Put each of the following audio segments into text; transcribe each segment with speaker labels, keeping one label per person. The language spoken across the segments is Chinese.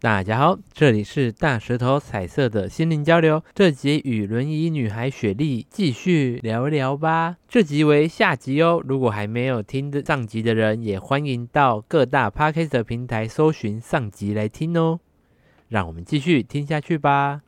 Speaker 1: 大家好，这里是大石头彩色的心灵交流。这集与轮椅女孩雪莉继续聊聊吧。这集为下集哦。如果还没有听的上集的人，也欢迎到各大 podcast 的平台搜寻上集来听哦。让我们继续听下去吧。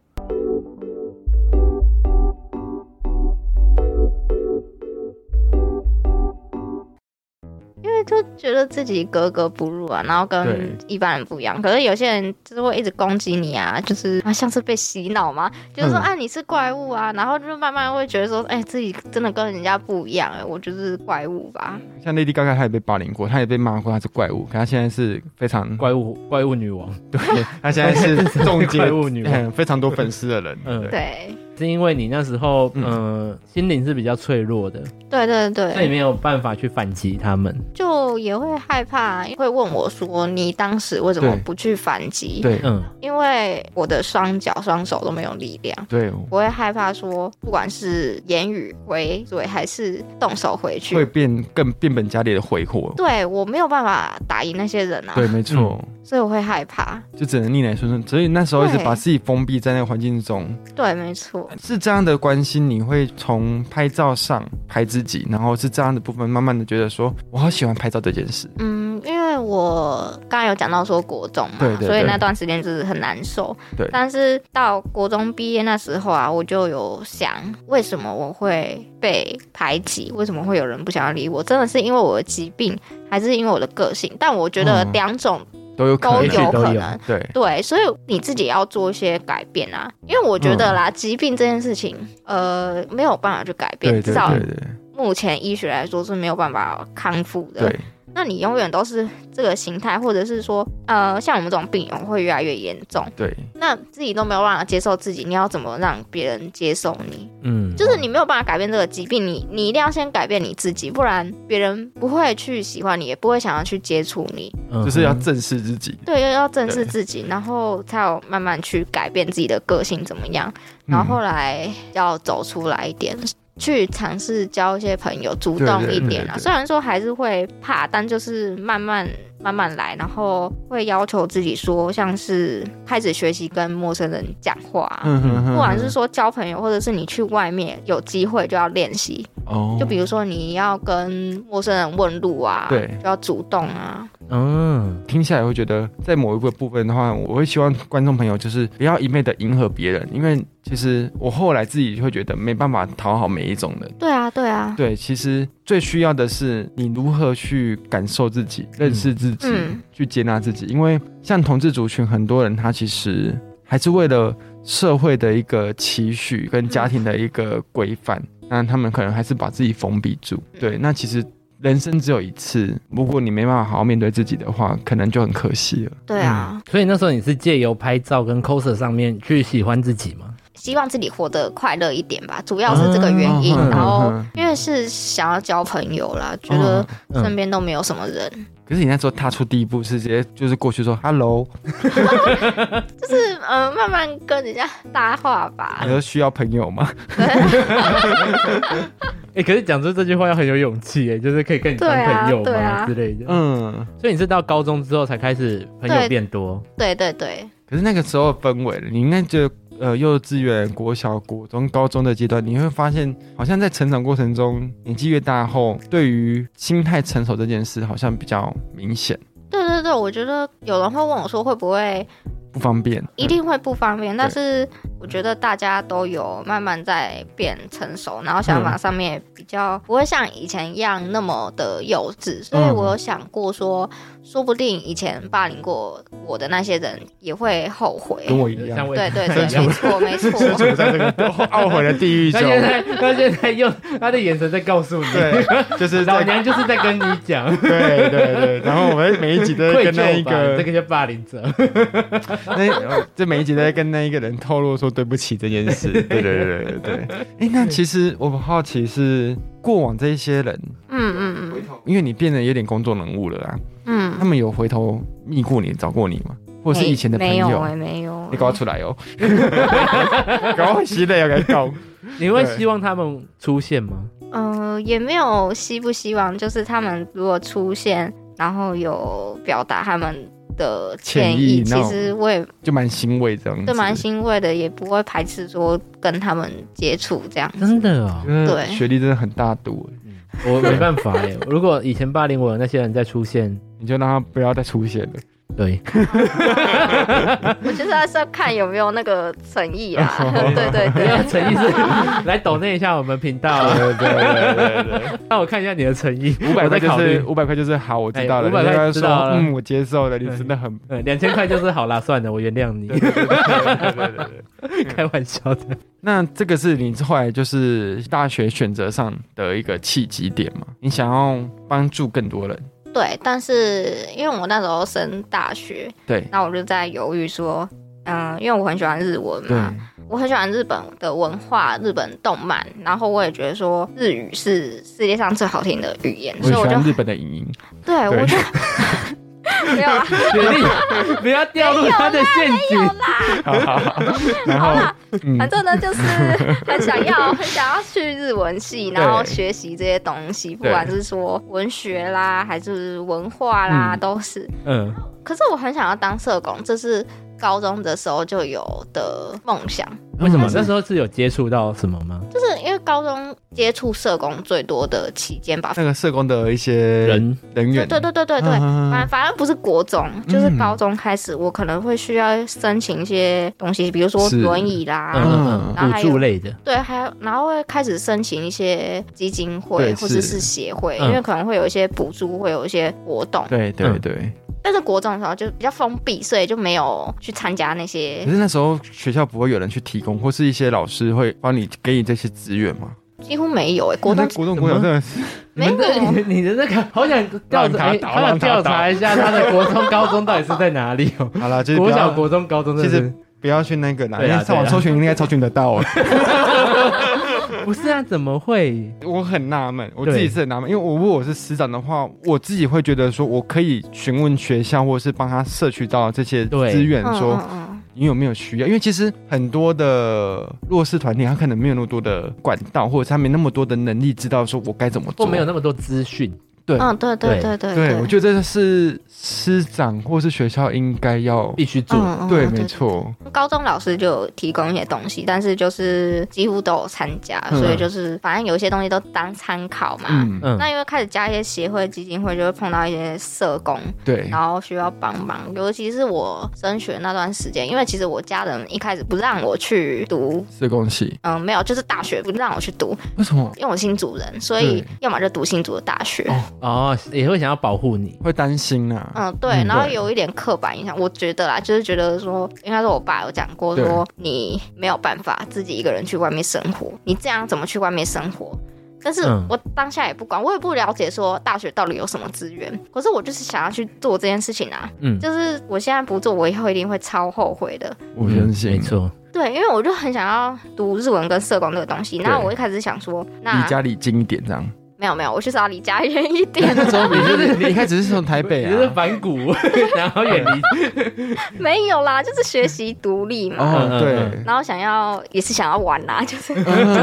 Speaker 2: 因为就觉得自己格格不入啊，然后跟
Speaker 1: 对
Speaker 2: 一般人不一样。可是有些人就是会一直攻击你啊，就是啊，像是被洗脑嘛，就是说、
Speaker 1: 嗯
Speaker 2: 啊你是怪物啊，然后就慢慢会觉得说，哎、自己真的跟人家不一样、哎，我就是怪物吧。
Speaker 3: 像 Lady Gaga，她也被霸凌过，她也被骂过她是怪物，可她现在是非常，
Speaker 4: 怪物怪物女王，
Speaker 3: 对，她现 在是众
Speaker 4: 怪
Speaker 3: 结
Speaker 4: 物女王，
Speaker 3: 嗯非常多粉丝的人，
Speaker 4: 嗯
Speaker 3: 嗯，对，
Speaker 2: 对，
Speaker 1: 是因为你那时候，嗯、
Speaker 3: 嗯
Speaker 1: 心灵是比较脆弱的，
Speaker 2: 对对
Speaker 1: 那你
Speaker 2: 对，
Speaker 1: 没有办法去反击他们。
Speaker 2: 就也会害怕，会问我说，你当时为什么
Speaker 3: 对
Speaker 2: 不去反击？
Speaker 3: 对，
Speaker 1: 嗯，
Speaker 2: 因为我的双脚、双手都没有力量。
Speaker 3: 对，
Speaker 4: 嗯
Speaker 2: 我会害怕说，不管是言语回嘴还是动手回去，
Speaker 3: 会变更变本加厉的挥霍，
Speaker 2: 对我没有办法打赢那些人啊，
Speaker 3: 对，没错，
Speaker 4: 嗯
Speaker 2: 所以我会害怕。
Speaker 3: 就只能逆来顺受，所以那时候一直
Speaker 2: 对
Speaker 3: 把自己封闭在那个环境中，
Speaker 2: 对，没错，
Speaker 3: 是这样的关心，你会从拍照上拍自己，然后是这样的部分，慢慢的觉得说，我好喜欢拍照这件事，
Speaker 2: 嗯，因为我刚刚有讲到说国中嘛，
Speaker 3: 对对对
Speaker 2: 所以那段时间就是很难受。
Speaker 3: 对
Speaker 2: 但是到国中毕业那时候啊，我就有想，为什么我会被排挤？为什么会有人不想要理我？真的是因为我的疾病，还是因为我的个性？但我觉得
Speaker 3: 嗯
Speaker 2: 两种
Speaker 3: 都有可
Speaker 2: 都
Speaker 3: 能，
Speaker 2: 有
Speaker 1: 都
Speaker 2: 可
Speaker 1: 有
Speaker 2: 能。
Speaker 3: 对，
Speaker 2: 对，所以你自己要做一些改变啊，因为我觉
Speaker 3: 嗯
Speaker 2: 得啦，疾病这件事情，呃，没有办法去改变，
Speaker 3: 对，
Speaker 2: 至
Speaker 3: 对，
Speaker 2: 少
Speaker 3: 对，对，
Speaker 2: 目前医学来说是没有办法康复的。
Speaker 3: 对，
Speaker 2: 那你永远都是这个形态，或者是说，呃，像我们这种病友会越来越严重，
Speaker 3: 对，
Speaker 2: 那自己都没有办法接受自己，你要怎么让别人接受你？
Speaker 1: 嗯，
Speaker 2: 就是你没有办法改变这个疾病，你你一定要先改变你自己，不然别人不会去喜欢你，也不会想要去接触你。
Speaker 1: 嗯
Speaker 3: 就是要
Speaker 1: 哼
Speaker 3: 正视自己，
Speaker 2: 对，要要正视
Speaker 3: 对
Speaker 2: 自己，然后才有慢慢去改变自己的个性怎么样，然
Speaker 3: 嗯
Speaker 2: 后后来要走出来一点。去尝试交一些朋友，主
Speaker 3: 对
Speaker 2: 动
Speaker 3: 对
Speaker 2: 一
Speaker 3: 对
Speaker 2: 点啊。
Speaker 3: 对
Speaker 2: 虽然说还是会怕，但就是慢慢慢慢来，然后会要求自己说，像是开始学习跟陌生人讲话啊、
Speaker 3: 嗯哼哼
Speaker 2: 不
Speaker 3: 哼
Speaker 2: 管是说交朋友，或者是你去外面有机会就要练习。
Speaker 3: 哦，
Speaker 2: 就比如说你要跟陌生人问路啊，
Speaker 3: 对
Speaker 2: 就要主动啊，
Speaker 1: 嗯，
Speaker 3: 听下来会觉得，在某一个部分的话，我会希望观众朋友就是不要一昧的迎合别人，因为其实我后来自己会觉得没办法讨好每一种人。
Speaker 2: 对啊，对 啊，
Speaker 3: 对，其实最需要的是你如何去感受自己、认识自己、
Speaker 2: 嗯
Speaker 3: 去接纳自己。因为像同志族群，很多人他其实还是为了社会的一个期许跟家庭的一个规范，那他们可能还是把自己封闭住。对，那其实人生只有一次，如果你没办法好好面对自己的话，可能就很可惜了。
Speaker 2: 对
Speaker 3: 嗯
Speaker 2: 啊。
Speaker 1: 所以那时候你是借由拍照跟 coser 上面去喜欢自己吗？
Speaker 2: 希望自己活得快乐一点吧，主要是这个原因。
Speaker 3: 嗯
Speaker 2: 然后
Speaker 3: 嗯
Speaker 2: 因为是想要交朋友啦，觉得身边都没有什么人，
Speaker 3: 可是你那时候踏出第一步是直接就是过去说 “hello”，
Speaker 2: 就是呃慢慢跟人家搭话吧
Speaker 3: 你。说需要朋友吗？
Speaker 1: 哎、可是讲出这句话要很有勇气哎，就是可以跟你当
Speaker 2: 对啊
Speaker 1: 朋友嘛、
Speaker 2: 对啊
Speaker 1: 之类的。
Speaker 3: 嗯，
Speaker 1: 所以你是到高中之后才开始朋友
Speaker 2: 对
Speaker 1: 变多，
Speaker 2: 对对对，
Speaker 3: 可是那个时候的氛围，你应该觉得呃，幼稚园、国小、国中、高中的阶段，你会发现，好像在成长过程中，年纪越大后，对于心态成熟这件事，好像比较明显，
Speaker 2: 对对对，我觉得有人会问我说会不会
Speaker 3: 不方便。
Speaker 2: 一定会不方便，但是我觉得大家都有慢慢在变成熟，然后想法上面也比较不会像以前一样那么的幼稚，所以我有想过说，说不定以前霸凌过我的那些人也会后悔。
Speaker 3: 跟我一
Speaker 1: 像
Speaker 3: 样，
Speaker 1: 我
Speaker 2: 对对 对，没错没错。
Speaker 3: 处在这个懊悔的地狱
Speaker 1: 他
Speaker 3: 中。
Speaker 1: 现在他现在用他的眼神在告诉你，
Speaker 3: 对，就是
Speaker 1: 老
Speaker 3: 在
Speaker 1: 娘就是在跟你 讲，
Speaker 3: 对对对，然后我们每一集都在
Speaker 1: 愧
Speaker 3: 跟那
Speaker 1: 疚
Speaker 3: 一
Speaker 1: 吧，
Speaker 3: 个
Speaker 1: 这个叫霸凌者。
Speaker 3: 那这每一集都在跟那一个人透露说对不起这件事。对对对对对。哎、那其实我很好奇是过往这一些人，
Speaker 2: 嗯嗯嗯
Speaker 3: 因为你变得有点公众人物了啦，
Speaker 2: 嗯，
Speaker 3: 他们有回头密过你、找过你吗？或者是以前的朋
Speaker 2: 没有
Speaker 3: 友？啊
Speaker 2: 哎、没有欸、
Speaker 3: 你搞出来哦， 搞我洗脸给搞。
Speaker 1: 你会
Speaker 3: 对
Speaker 1: 希望他们出现吗？
Speaker 2: 嗯、也没有希不希望，就是他们如果出现，然后有表达他们的
Speaker 3: 建
Speaker 2: 建
Speaker 3: 议
Speaker 2: 议，
Speaker 3: 那
Speaker 2: 其
Speaker 3: 种
Speaker 2: 实我也
Speaker 3: 就蛮欣慰这样子，
Speaker 2: 对蛮欣慰的，也不会排斥说跟他们接触这样。
Speaker 1: 真的哦，
Speaker 3: 真的
Speaker 2: 对
Speaker 3: 学历真的很大度，
Speaker 1: 我没办法哎。如果以前霸凌我的那些人再出现，
Speaker 3: 你就让他不要再出现了。
Speaker 1: 对，
Speaker 2: 我觉得还是要看有没有那个诚意啦。
Speaker 3: 哦
Speaker 2: 对对
Speaker 1: 不 要
Speaker 2: 对，
Speaker 1: 诚意是来抖那一下我们频道， 啊
Speaker 3: 对对对对
Speaker 1: 让我看一下你的诚意。
Speaker 3: 五百
Speaker 1: 我
Speaker 3: 块
Speaker 1: 在
Speaker 3: 就
Speaker 1: 考虑
Speaker 3: 是五百块就是好，我知道了。
Speaker 1: 哎500
Speaker 3: 你就跟
Speaker 1: 块
Speaker 3: 他
Speaker 1: 知
Speaker 3: 说
Speaker 1: 道了
Speaker 3: 嗯，我接受了，你真的很
Speaker 1: 嗯，两千块就是好啦， 算了，我原谅你，
Speaker 3: 对对对对。
Speaker 1: 开玩笑的。
Speaker 3: 那这个是你后来就是大学选择上的一个契机点嘛？你想要帮助更多人，
Speaker 2: 对，但是因为我那时候升大学，
Speaker 3: 对
Speaker 2: 那我就在犹豫说，嗯，因为我很喜欢日文
Speaker 3: 对
Speaker 2: 嘛，我很喜欢日本的文化、日本动漫，然后我也觉得说日语是世界上最好听的语言，
Speaker 3: 我
Speaker 2: 所以
Speaker 3: 喜
Speaker 2: 我就
Speaker 3: 欢日本的影音，
Speaker 2: 对我就 没有啊啦，
Speaker 3: 嗯
Speaker 1: 雪莉，不要掉入他的陷阱。
Speaker 3: 好好好然
Speaker 2: 好
Speaker 3: 后
Speaker 2: 啦，
Speaker 3: 嗯
Speaker 2: 反，正呢就是很想要很想要去日文系，然后学习这些东西，不
Speaker 3: 对
Speaker 2: 管是说文学啦，还是文化啦，
Speaker 3: 嗯
Speaker 2: 都是。
Speaker 1: 嗯，
Speaker 2: 可是我很想要当社工，这是高中的时候就有的梦想。
Speaker 1: 为什么
Speaker 3: 嗯
Speaker 1: 那时候是有接触到什么吗？
Speaker 2: 就是因为高中接触社工最多的期间吧，
Speaker 3: 那个社工的一些
Speaker 1: 人嗯
Speaker 3: 人
Speaker 2: 对
Speaker 3: 员，
Speaker 2: 对对对对对，
Speaker 3: 嗯
Speaker 2: 反反正不是国中，就是高中开始，我可能会需要申请一些东西，比如说
Speaker 3: 是
Speaker 2: 轮椅啦，
Speaker 1: 嗯嗯
Speaker 2: 然后
Speaker 1: 嗯，
Speaker 2: 还
Speaker 1: 补
Speaker 2: 有
Speaker 1: 助类的，
Speaker 2: 对，还有然后会开始申请一些基金会
Speaker 3: 对
Speaker 2: 或者
Speaker 3: 是
Speaker 2: 是协会，
Speaker 1: 嗯
Speaker 2: 因为可能会有一些补助，会有一些活动。
Speaker 3: 对对
Speaker 1: 嗯
Speaker 3: 对。
Speaker 2: 但是国中的时候就比较封闭，所以就没有去参加那些
Speaker 3: 可，是那时候学校不会有人去提供，或是一些老师会帮你给你这些资源吗？
Speaker 2: 几乎没有哎、国中
Speaker 3: 那国中国小真的是
Speaker 2: 没有
Speaker 1: 你们这你的那个好想调
Speaker 3: 让他
Speaker 1: 查，哎
Speaker 3: 倒
Speaker 1: 好想
Speaker 3: 让他
Speaker 1: 调查一下他的国中、高中到底是在哪里哦。
Speaker 3: 好啦，就是不
Speaker 1: 国
Speaker 3: 要
Speaker 1: 小、国中、高中，
Speaker 3: 其实不要去那个啦，
Speaker 1: 对
Speaker 3: 因
Speaker 1: 啊
Speaker 3: 为上网
Speaker 1: 对啊
Speaker 3: 搜寻应该搜寻得到。啊
Speaker 1: 不是啊？怎么会？
Speaker 3: 我很纳闷，我
Speaker 1: 对
Speaker 3: 自己是很纳闷，因为我如果我是师长的话，我自己会觉得说，我可以询问学校，或者是帮他摄取到这些
Speaker 1: 对
Speaker 3: 资源，
Speaker 2: 嗯
Speaker 3: 说
Speaker 2: 嗯嗯，
Speaker 3: 你有没有需要？因为其实很多的弱势团体，他可能没有那么多的管道，或者是他没那么多的能力，知道说我该怎么
Speaker 1: 或
Speaker 3: 做。
Speaker 1: 没有那么多资讯？
Speaker 3: 对
Speaker 2: 嗯对对
Speaker 1: 对
Speaker 2: 对对
Speaker 3: 对，我觉得这是师长或是学校应该要
Speaker 1: 必须做。
Speaker 2: 嗯
Speaker 3: 啊对，没。错，
Speaker 2: 高中老师就有提供一些东西，但是就是几乎都有参加，
Speaker 3: 嗯
Speaker 2: 所以就是反正有一些东西都当参考嘛。
Speaker 3: 嗯，
Speaker 1: 嗯，
Speaker 2: 那因为开始加一些协会、基金会，就会碰到一些社工，
Speaker 3: 对，
Speaker 2: 然后需要帮忙。尤其是我升学那段时间，因为其实我家人一开始不让我去读，
Speaker 3: 社工系
Speaker 2: 嗯，没有，就是大学不让我去读，
Speaker 3: 为什么
Speaker 2: 因为我新主人，所以
Speaker 3: 对
Speaker 2: 要么就读新竹的大学。
Speaker 1: 哦，也会想要保护你。
Speaker 3: 会担心呢、啊？
Speaker 2: 嗯，对，
Speaker 3: 嗯
Speaker 2: 然后
Speaker 3: 对
Speaker 2: 有一点刻板印象，我觉得啦，就是觉得说，应该是我爸有讲过
Speaker 3: 对
Speaker 2: 说，你没有办法自己一个人去外面生活，你这样怎么去外面生活？但是
Speaker 1: 嗯
Speaker 2: 我当下也不管，我也不了解说大学到底有什么资源，可是我就是想要去做这件事情啊，
Speaker 1: 嗯，
Speaker 2: 就是我现在不做，我以后一定会超后悔的。
Speaker 3: 我相
Speaker 1: 嗯
Speaker 3: 信，
Speaker 1: 没错。
Speaker 2: 对，因为我就很想要读日文跟社工这个东西，那
Speaker 3: 对
Speaker 2: 我一开始想说，那
Speaker 3: 离家里近一点这样。
Speaker 2: 没有没有，我就是要离家远一点， 啊
Speaker 3: 那时候你是你一开始是从台北
Speaker 1: 你是
Speaker 3: 啊？
Speaker 1: 反骨， 然后远离。
Speaker 2: 没有啦，就是学习独立嘛。
Speaker 3: 哦，
Speaker 1: 嗯
Speaker 3: 对，
Speaker 2: 然后想要也是想要玩 啦，就是
Speaker 3: 嗯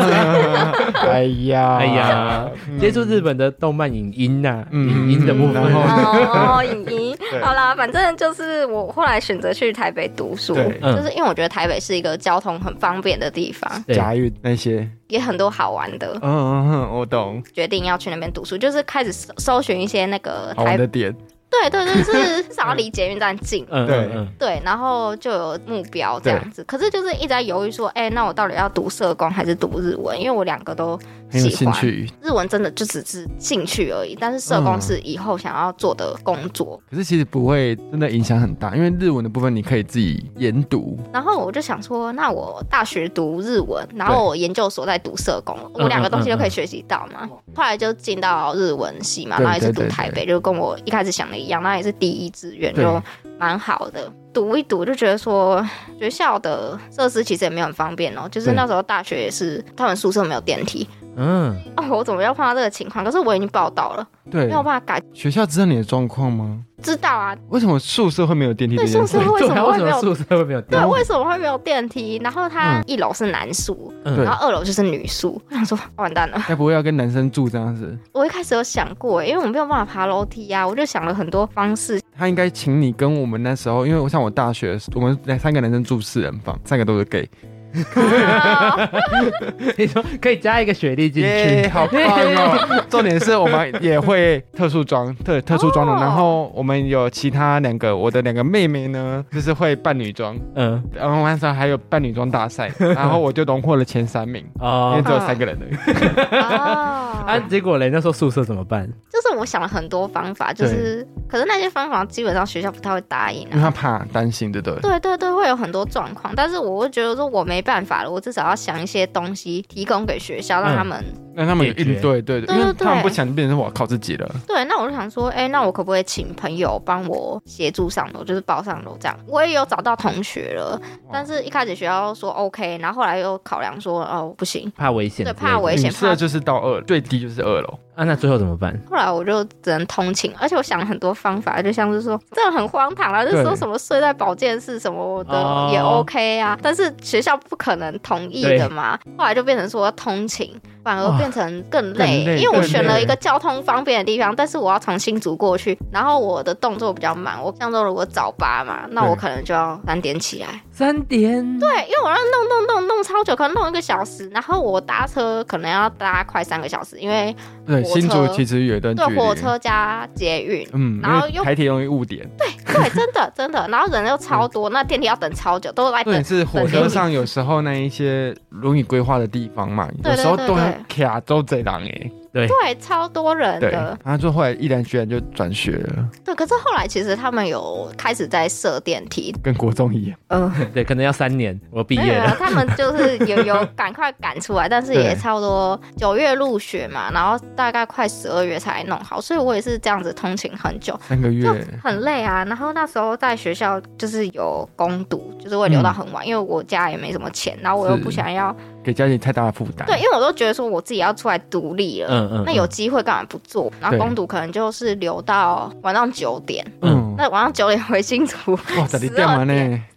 Speaker 3: 哎呀，
Speaker 1: 哎呀，
Speaker 3: 嗯
Speaker 1: 接触日本的动漫影音呐，
Speaker 3: 嗯
Speaker 1: 影音的部分。
Speaker 3: 然后
Speaker 2: 哦，影音
Speaker 3: 对。
Speaker 2: 好啦，反正就是我后来选择去台北读书，
Speaker 3: 对嗯
Speaker 2: 就是因为我觉得台北是一个交通很方便的地方，
Speaker 1: 对
Speaker 3: 甲运那些，
Speaker 2: 也很多好玩的
Speaker 3: 嗯。嗯嗯，我懂，
Speaker 2: 决定要去那边读书，就是开始搜搜寻一些那个
Speaker 3: 好
Speaker 2: 台
Speaker 3: 玩的，点，
Speaker 2: 对对对，就是至少要离捷运站 近。
Speaker 1: 嗯
Speaker 3: 对
Speaker 1: 嗯嗯，
Speaker 2: 对，然后就有目标这样子，可是就是一直在犹豫说，哎、那我到底要读社工还是读日文？因为我两个都
Speaker 3: 很
Speaker 2: 喜
Speaker 3: 有兴
Speaker 2: 欢，
Speaker 3: 趣。嗯
Speaker 2: 日文真的就只是兴趣而已，但是社工是以后想要做的工作。
Speaker 3: 可是其实不会真的影响很大，因为日文的部分你可以自己研读，
Speaker 2: 然后我就想说，那我大学读日文，然后我研究所在读社工，
Speaker 1: 嗯
Speaker 2: 我两个东西都可以学习到嘛。后来就进到日文系嘛，
Speaker 3: 嗯对
Speaker 2: 然后也是
Speaker 3: 对
Speaker 2: 读
Speaker 3: 对
Speaker 2: 台
Speaker 3: 对
Speaker 2: 北，就跟我一开始想的一样，那也是第一志愿，
Speaker 3: 对
Speaker 2: 就蛮好的。读一读就觉得说，学校的设施其实也没有很方便哦，就是
Speaker 3: 对
Speaker 2: 那时候大学也是，他们宿舍没有电梯
Speaker 1: 嗯，
Speaker 2: 哦，我怎么又碰到这个情况？可是我已经报到了，
Speaker 3: 对
Speaker 2: 没，有办法改
Speaker 3: 学校知道你的状况吗？
Speaker 2: 知道啊，
Speaker 3: 为什么宿舍会没有电梯这
Speaker 2: 对
Speaker 3: 件
Speaker 2: 宿
Speaker 3: 事
Speaker 2: 舍？为什
Speaker 1: 对啊
Speaker 2: 么
Speaker 1: 为
Speaker 2: 会
Speaker 1: 什么
Speaker 2: 没有？
Speaker 1: 宿舍会没有电
Speaker 2: 对，
Speaker 1: 梯？
Speaker 2: 为什么会没有电梯？然后它一楼是男宿，
Speaker 1: 嗯
Speaker 3: 嗯对
Speaker 2: 然后二楼就是女宿。我想说，完蛋了！
Speaker 3: 该不会要跟男生住这样子？
Speaker 2: 我一开始有想过，欸因为我没有办法爬楼梯啊，我就想了很多方式。
Speaker 3: 他应该请你跟我们那时候，因为我像我大学，我们那三个男生住四人房，三个都是 gay，
Speaker 2: 啊
Speaker 1: 你说可以加一个雪莉进去
Speaker 3: 耶，好棒哦！ 重点是我们也会特殊装，特特殊装的。
Speaker 2: 哦
Speaker 3: 然后我们有其他两个，我的两个妹妹呢，就是会扮女装，
Speaker 1: 嗯
Speaker 3: 然后那时候还有扮女装大赛，然后我就荣获了前三名，因为
Speaker 1: 哦
Speaker 3: 只有三个人而已。
Speaker 1: 啊，
Speaker 2: 哦，
Speaker 1: 结果嘞，那时候宿舍怎么办？
Speaker 2: 就是我想了很多方法，就是可是那些方法基本上学校不太会答应
Speaker 3: 因为他
Speaker 2: 啊。
Speaker 3: 怕担心，对不对？
Speaker 2: 对对对，会有很多状况，但是我会觉得说我没办法了，我至少要想一些东西提供给学校，让他们、
Speaker 3: 让他们有
Speaker 1: 解决
Speaker 3: 应对，对对，
Speaker 2: 对
Speaker 3: 因为
Speaker 2: 对对
Speaker 3: 他们不想就变成我靠自己了。
Speaker 2: 对。那我就想说，哎、那我可不可以请朋友帮我协助上楼，就是报上楼这样？我也有找到同学了，但是一开始学校说 OK，然后后来又考量说哦不行，
Speaker 1: 怕危险之类的，
Speaker 2: 对怕危险
Speaker 3: 女
Speaker 2: 怕
Speaker 3: 舍就是到二，最低就是二楼。
Speaker 1: 啊！那最后怎么办？
Speaker 2: 后来我就只能通勤，而且我想了很多方法，就像是说这很荒唐啦，就是说什么睡在保健室什么
Speaker 1: 哦
Speaker 2: 的也 OK 啊，但是学校不可能同意的嘛。后来就变成说通勤，反而
Speaker 1: 哇
Speaker 2: 变成更
Speaker 3: 更
Speaker 2: 累，
Speaker 3: 累
Speaker 2: 因为我
Speaker 3: 更
Speaker 2: 选了
Speaker 3: 累
Speaker 2: 一个交通方便的地方，但是我要从新竹过去，然后我的动作比较慢，我像说如果早八嘛，那我
Speaker 3: 对
Speaker 2: 可能就要三点起来，
Speaker 1: 三点，对，
Speaker 2: 对，因为我要弄弄弄弄超久，可能弄一个小时，然后我搭车可能要搭快三个小时，因为
Speaker 3: 对，
Speaker 2: 火车
Speaker 3: 新竹其实有一嗯段距
Speaker 2: 对
Speaker 3: 离。
Speaker 2: 火车加捷运。
Speaker 3: 嗯，
Speaker 2: 然后
Speaker 3: 因为
Speaker 2: 又
Speaker 3: 台铁容易误点。
Speaker 2: 对，真的真的，然后人又超多，那电梯要等超久，都来
Speaker 3: 重
Speaker 2: 等。
Speaker 3: 点是火车上有时候那一些轮椅规划的地方嘛，
Speaker 2: 对
Speaker 3: 有时候
Speaker 2: 对
Speaker 3: 都
Speaker 2: 对
Speaker 3: 很卡都贼狼哎。
Speaker 2: 对，超多人
Speaker 3: 对，
Speaker 2: 的
Speaker 3: 然。后就后来毅然决然就转学了，
Speaker 2: 对，可是后来其实他们有开始在设电梯，
Speaker 3: 跟国中一样。
Speaker 2: 嗯、
Speaker 1: 对，可能要三年，我毕
Speaker 2: 没
Speaker 1: 业
Speaker 2: 有啊
Speaker 1: 了，，
Speaker 2: 他们就是有有赶快赶出来，但是
Speaker 3: 对
Speaker 2: 也差不多九月入学嘛，然后大概快十二月才弄好，所以我也是这样子通勤很久，
Speaker 3: 三个
Speaker 2: 就
Speaker 3: 月，
Speaker 2: 很累啊。然后那时候在学校就是有攻读，就是会留到
Speaker 3: 嗯
Speaker 2: 很晚，因为我家也没什么钱，然后我又
Speaker 3: 是
Speaker 2: 不想要，
Speaker 3: 给家里太大的负担。
Speaker 2: 对，因为我都觉得说我自己要出来独立了，
Speaker 1: 嗯嗯，
Speaker 2: 那有机会干嘛不做？然后
Speaker 3: 对
Speaker 2: 攻读可能就是留到晚上九点，
Speaker 3: 嗯，
Speaker 2: 那晚上九点回新竹，
Speaker 3: 哇，这里干嘛呢？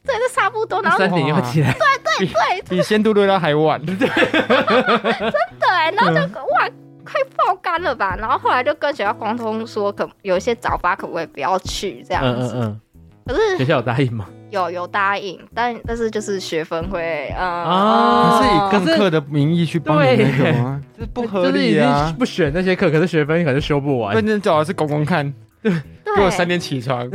Speaker 2: 对，这差不多。然
Speaker 1: 那
Speaker 2: 后对
Speaker 1: 三点要起来，
Speaker 2: 哦
Speaker 3: 比仙都瑞拉还晚。
Speaker 2: 然后就
Speaker 1: 嗯
Speaker 2: 哇，快爆肝了吧？然后后来就跟学校沟通说，可有一些早八可不可以不要去这样
Speaker 1: 嗯嗯
Speaker 2: 子？
Speaker 1: 嗯，
Speaker 2: 可是
Speaker 1: 学校有答应吗？
Speaker 2: 有有答应，但但是就是学分会，嗯，
Speaker 1: 啊
Speaker 3: 是以
Speaker 2: 哦
Speaker 3: 功课的名义去帮你那个吗？ 这不合理
Speaker 1: 就是已
Speaker 3: 啊
Speaker 1: 经！不选那些课，可是学分可能修不完
Speaker 3: 认。真找的是公公看，给我三
Speaker 2: 哦对，
Speaker 3: 点起床。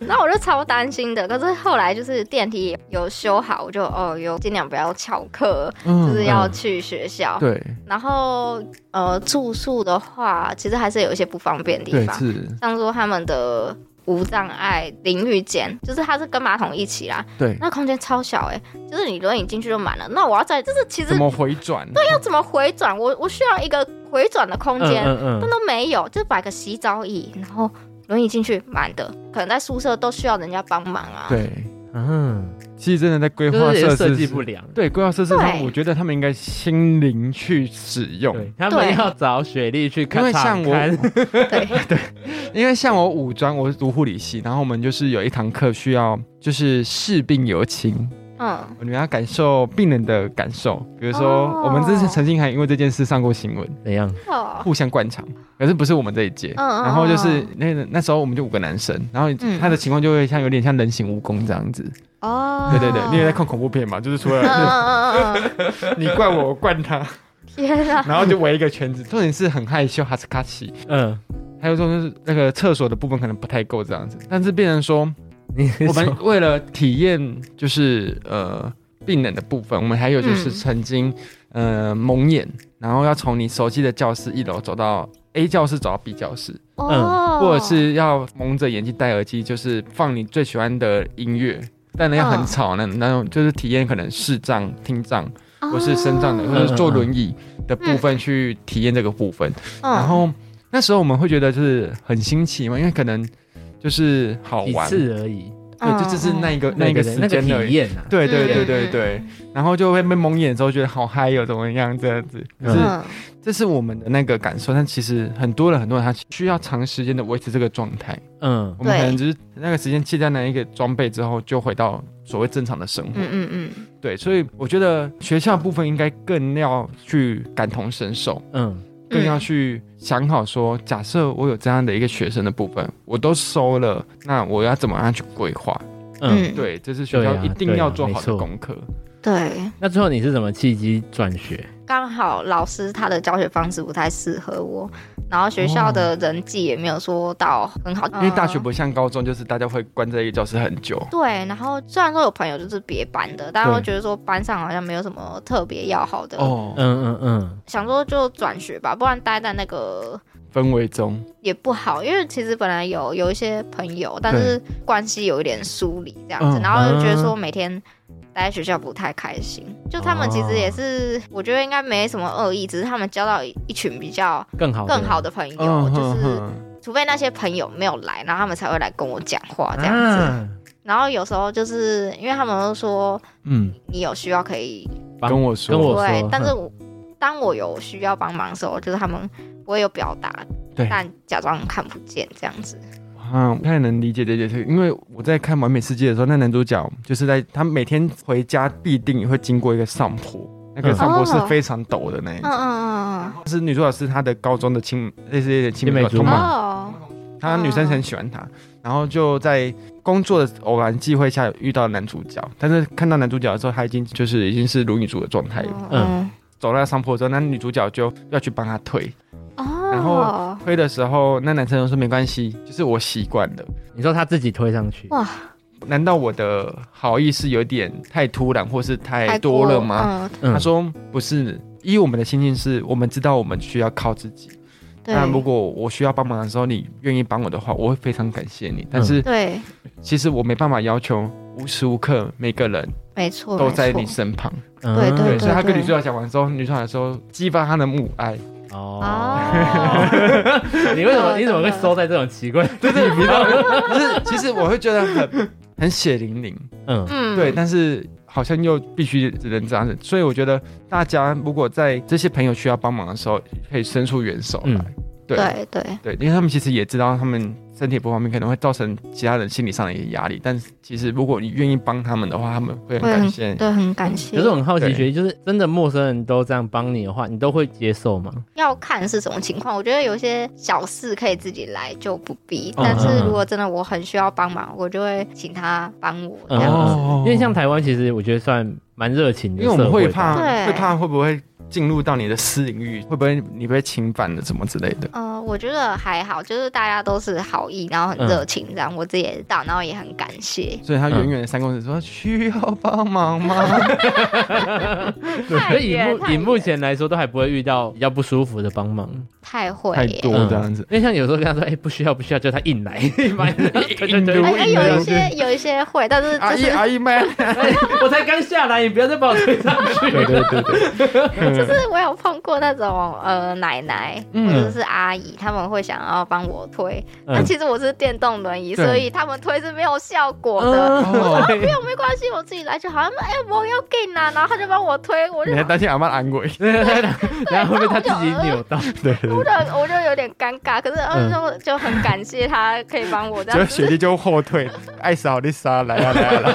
Speaker 2: 然后我就超担心的。可是后来就是电梯有修好，我就哦，有尽量不要翘课，就
Speaker 3: 嗯
Speaker 2: 是要
Speaker 1: 嗯
Speaker 2: 去学校。
Speaker 3: 对
Speaker 2: 然后呃，住宿的话，其实还是有一些不方便的地
Speaker 3: 对
Speaker 2: 方，
Speaker 3: 是，
Speaker 2: 像说他们的无障碍淋浴间，就是它是跟马桶一起啦，
Speaker 3: 对，
Speaker 2: 那空间超小哎、就是你轮椅进去就满了，那我要在就是其实
Speaker 3: 怎么回转？
Speaker 2: 要怎么回转，我我需要一个回转的空
Speaker 1: 嗯
Speaker 2: 间，
Speaker 1: 嗯
Speaker 2: 但
Speaker 1: 嗯，
Speaker 2: 都没有，就摆个洗澡椅，然后轮椅进去满的，可能在宿舍都需要人家帮忙啊。
Speaker 3: 对，
Speaker 1: 嗯，
Speaker 3: 其实真的在规划
Speaker 1: 就是也是
Speaker 3: 设
Speaker 1: 设
Speaker 3: 施
Speaker 1: 计
Speaker 3: 是
Speaker 1: 不良。
Speaker 3: 对，规划设施上，
Speaker 2: 对
Speaker 3: 我觉得他们应该心灵去使用
Speaker 1: 对。，他们
Speaker 2: 对
Speaker 1: 要找雪莉去看
Speaker 3: 因为
Speaker 1: 场
Speaker 3: 像我
Speaker 1: 刊，
Speaker 2: 对，
Speaker 3: 因为像我武专，我是读护理系，然后我们就是有一堂课需要就是视病由情，
Speaker 2: 嗯，
Speaker 3: 我们要感受病人的感受。比如说，
Speaker 2: 哦
Speaker 3: 我们之前曾经还因为这件事上过新闻，
Speaker 1: 怎样？
Speaker 2: 哦，
Speaker 3: 互相灌肠，可是不是我们这一届。
Speaker 2: 嗯嗯
Speaker 3: 然后就是
Speaker 2: 嗯
Speaker 3: 那个那时候我们就五个男生，然后
Speaker 2: 嗯
Speaker 3: 他的情况就会像有点像人形蜈蚣这样子。
Speaker 2: 哦，
Speaker 3: 对对对，你也在看恐怖片嘛？就是除
Speaker 2: 嗯
Speaker 3: 了
Speaker 2: 嗯嗯嗯嗯，
Speaker 3: 你灌我，我灌他，
Speaker 2: 天啊！
Speaker 3: 然后就围一个圈子。重点是很害羞，哈斯卡西。
Speaker 1: 嗯，
Speaker 3: 还有说就是那个厕所的部分可能不太够这样子，但是变成说，
Speaker 1: 你
Speaker 3: 我
Speaker 1: 说
Speaker 3: 们为了体验就是呃病人的部分，我们还有就是
Speaker 2: 嗯
Speaker 3: 曾经、呃蒙眼，然后要从你熟悉的教室一楼走到 A 教室走到 B 教室，
Speaker 2: 哦，
Speaker 3: 嗯或者是要蒙着眼睛戴耳机，就是放你最喜欢的音乐。但呢要很吵呢，那种就是体验可能视障、听障，或是身障的，嗯
Speaker 2: 哦
Speaker 3: 或者是坐轮椅的部分去体验这个部分。
Speaker 2: 嗯
Speaker 3: 然后那时候我们会觉得就是很新奇嘛，因为可能就是好
Speaker 1: 几
Speaker 3: 玩，
Speaker 1: 次而已，
Speaker 2: 嗯
Speaker 3: 对，这就是那一个那一个
Speaker 1: 对
Speaker 3: 时
Speaker 1: 对对
Speaker 3: 间
Speaker 1: 那
Speaker 3: 而
Speaker 1: 个体
Speaker 3: 已。
Speaker 1: 验啊，
Speaker 3: 对对对
Speaker 2: 嗯
Speaker 3: 对对，然后就会被蒙眼的时候觉得好嗨哦有怎么样这样子，可是
Speaker 2: 嗯
Speaker 3: 这是我们的那个感受，但其实很多人很多人他需要长时间的维持这个状态，
Speaker 1: 嗯
Speaker 3: 我们
Speaker 2: 对
Speaker 3: 可能只是那个时间卸掉那一个装备之后，就回到所谓正常的生活。
Speaker 2: 嗯嗯嗯，
Speaker 3: 对，所以我觉得学校部分应该更要去感同身受，
Speaker 1: 嗯
Speaker 3: 更要
Speaker 2: 嗯
Speaker 3: 去想好说，假设我有这样的一个学生的部分，我都收了，那我要怎么样去规划？
Speaker 1: 嗯。
Speaker 2: 嗯，
Speaker 3: 对，这是学校
Speaker 1: 对啊
Speaker 3: 一定要
Speaker 1: 对啊
Speaker 3: 做好
Speaker 1: 没
Speaker 3: 的
Speaker 1: 错
Speaker 3: 功课。
Speaker 2: 对，
Speaker 1: 那最后你是怎么契机转学？
Speaker 2: 刚好老师他的教学方式不太适合我，然后学校的人际也没有说到很好，
Speaker 3: 哦因为大学
Speaker 2: 嗯
Speaker 3: 不像高中，就是大家会关在一个教室很久。
Speaker 2: 对，然后虽然说有朋友就是别班的，但
Speaker 3: 对
Speaker 2: 我觉得说班上好像没有什么特别要好的，
Speaker 3: 哦，
Speaker 1: 嗯嗯嗯，
Speaker 2: 想说就转学吧，不然待在那个
Speaker 3: 氛围中，
Speaker 2: 也不好，因为其实本来有有一些朋友，但是关系有一点疏离这样子，
Speaker 3: 嗯
Speaker 2: 然后就觉得说每天待在学校不太开心。就他们其实也是，我觉得应该没什么恶意，只是他们交到一群比较
Speaker 1: 更好
Speaker 2: 更好
Speaker 1: 的
Speaker 2: 的朋友，
Speaker 3: 嗯
Speaker 2: 就
Speaker 3: 哼
Speaker 2: 是
Speaker 3: 哼，
Speaker 2: 除非那些朋友没有来，然后他们才会来跟我讲话
Speaker 1: 人
Speaker 2: 这样子。
Speaker 1: 啊
Speaker 2: 然后有时候就是因为他们都说
Speaker 3: 嗯，
Speaker 2: 你有需要可以
Speaker 1: 帮
Speaker 3: 跟我说，
Speaker 1: 跟我
Speaker 2: 对
Speaker 1: 说，
Speaker 2: 但是我当我有需要帮忙的时候，就是他们我也有表达，
Speaker 3: 对
Speaker 2: 但假装看不见这样子。
Speaker 3: 啊，我不太能理解这件事，因为我在看《完美世界》的时候，那男主角就是在他每天回家必定也会经过一个上坡，那个
Speaker 1: 嗯
Speaker 3: 上坡是
Speaker 2: 哦
Speaker 3: 非常陡的那一
Speaker 2: 嗯
Speaker 3: 种。
Speaker 2: 嗯嗯
Speaker 3: 是女主角是她的高中的青，类似有点青梅
Speaker 1: 青梅
Speaker 3: 竹
Speaker 1: 竹
Speaker 2: 嗯，
Speaker 1: 马
Speaker 3: 马，
Speaker 2: 哦，
Speaker 3: 她女生很喜欢他，然后就在工作的偶然机会下遇到男主角，但是看到男主角的时候，他已经就是已经是如女主的状态了。
Speaker 2: 嗯
Speaker 1: 嗯
Speaker 3: 走到上坡之后，那女主角就要去帮他推，
Speaker 2: 哦，
Speaker 3: 然后推的时候，那男生就说没关系，就是我习惯了。
Speaker 1: 你说他自己推上去，
Speaker 2: 哇，
Speaker 3: 难道我的好意是有点太突然，或是太
Speaker 2: 太
Speaker 3: 多了吗？？
Speaker 1: 嗯
Speaker 3: 他说不是，依我们的心境是，我们知道我们需要靠自己。
Speaker 2: 嗯，对，
Speaker 3: 那如果我需要帮忙的时候，你愿意帮我的话，我会非常感谢你。但是
Speaker 2: 对，
Speaker 3: 其实我没办法要求无时无刻每个人
Speaker 2: 没错，
Speaker 3: 都在
Speaker 2: 没错
Speaker 3: 你身旁。
Speaker 2: 对对
Speaker 3: 对，
Speaker 1: 嗯
Speaker 3: 所以他跟女主角讲完之后，女主角说激发他的母爱。
Speaker 1: 哦，
Speaker 2: 哦，
Speaker 1: 你为什么你怎么会收在这种奇怪？
Speaker 3: 对对，你知道，就是其实我会觉得很很血淋淋。
Speaker 1: 嗯
Speaker 2: 嗯，
Speaker 3: 对，但是好像又必须只能这样子，所以我觉得大家如果在这些朋友需要帮忙的时候，可以伸出援手来。
Speaker 1: 嗯
Speaker 3: 对
Speaker 2: 对对
Speaker 3: 对，因为他们其实也知道他们身体不方便，可能会造成其他人心理上的一些压力，但是其实如果你愿意帮他们的话，他们会很
Speaker 2: 会
Speaker 3: 感
Speaker 2: 很
Speaker 3: 谢。
Speaker 2: 对，很
Speaker 3: 嗯
Speaker 2: 感谢
Speaker 1: 可是。我很好奇，
Speaker 3: 对
Speaker 1: 学弟，就是真的陌生人都这样帮你的话，你都会接受吗？
Speaker 2: 要看是什么情况，我觉得有些小事可以自己来，就不必。
Speaker 3: 嗯
Speaker 2: 但
Speaker 1: 嗯
Speaker 2: 是
Speaker 1: 嗯
Speaker 2: 如果真的我很需要帮忙，我就会请他帮我这
Speaker 1: 嗯
Speaker 2: 样子。
Speaker 3: 哦
Speaker 1: 因为像台湾，其实我觉得算蛮热情
Speaker 3: 因
Speaker 1: 的
Speaker 3: 为
Speaker 1: 社吧，
Speaker 3: 我们会怕，
Speaker 2: 对
Speaker 3: 会怕会不会进入到你的私领域，会不会你被侵犯了什么之类的？
Speaker 2: 呃，我觉得还好，就是大家都是好意，然后很热情，这样、我自己也知道，然后也很感谢。
Speaker 3: 所以
Speaker 1: 嗯
Speaker 3: 他远远的三公尺说：“需要帮忙吗
Speaker 1: 所以以
Speaker 2: 太远
Speaker 1: 目
Speaker 2: 太
Speaker 1: 以
Speaker 2: 远
Speaker 1: 目前来说，都还不会遇到比较不舒服的帮忙，
Speaker 2: 太？”
Speaker 3: 太
Speaker 2: 会耶
Speaker 3: 多！
Speaker 1: 嗯
Speaker 3: 这样子，
Speaker 1: 因为像有时候跟他说，哎，不需要不需要，就他硬 来，妈的对对对
Speaker 3: 硬撸
Speaker 2: 哎
Speaker 3: 多
Speaker 2: 哎，
Speaker 3: 一啊
Speaker 2: 有一
Speaker 3: 点
Speaker 2: 些有一些会，但是
Speaker 3: 阿
Speaker 2: 就
Speaker 3: 姨
Speaker 2: 是
Speaker 3: 阿姨麦，
Speaker 1: 哎我才刚下来，你不要再把我推上去。
Speaker 3: 对对对 对，
Speaker 2: 就是我有碰过那种呃奶奶
Speaker 3: 嗯
Speaker 2: 或者是阿姨，他们会想要帮我推，
Speaker 1: 嗯
Speaker 2: 但其实我是电动轮椅，
Speaker 3: 对
Speaker 2: 所以他们推是没有效果的。
Speaker 3: 哦
Speaker 1: 嗯，
Speaker 2: 不用，没关系，我自己来就好。他们哎，我要给拿，然后他就帮我推，我就
Speaker 3: 你还担心阿妈安慰？
Speaker 1: 然后会被他自己扭到，
Speaker 3: 对对对
Speaker 2: 我就我就有点尴尬，可是呃
Speaker 1: 嗯
Speaker 2: 就就很感谢他可以帮我这
Speaker 3: 结果
Speaker 2: 样
Speaker 3: 雪
Speaker 2: 子。
Speaker 3: 莉就后退，艾莎、丽莎来啊来啊来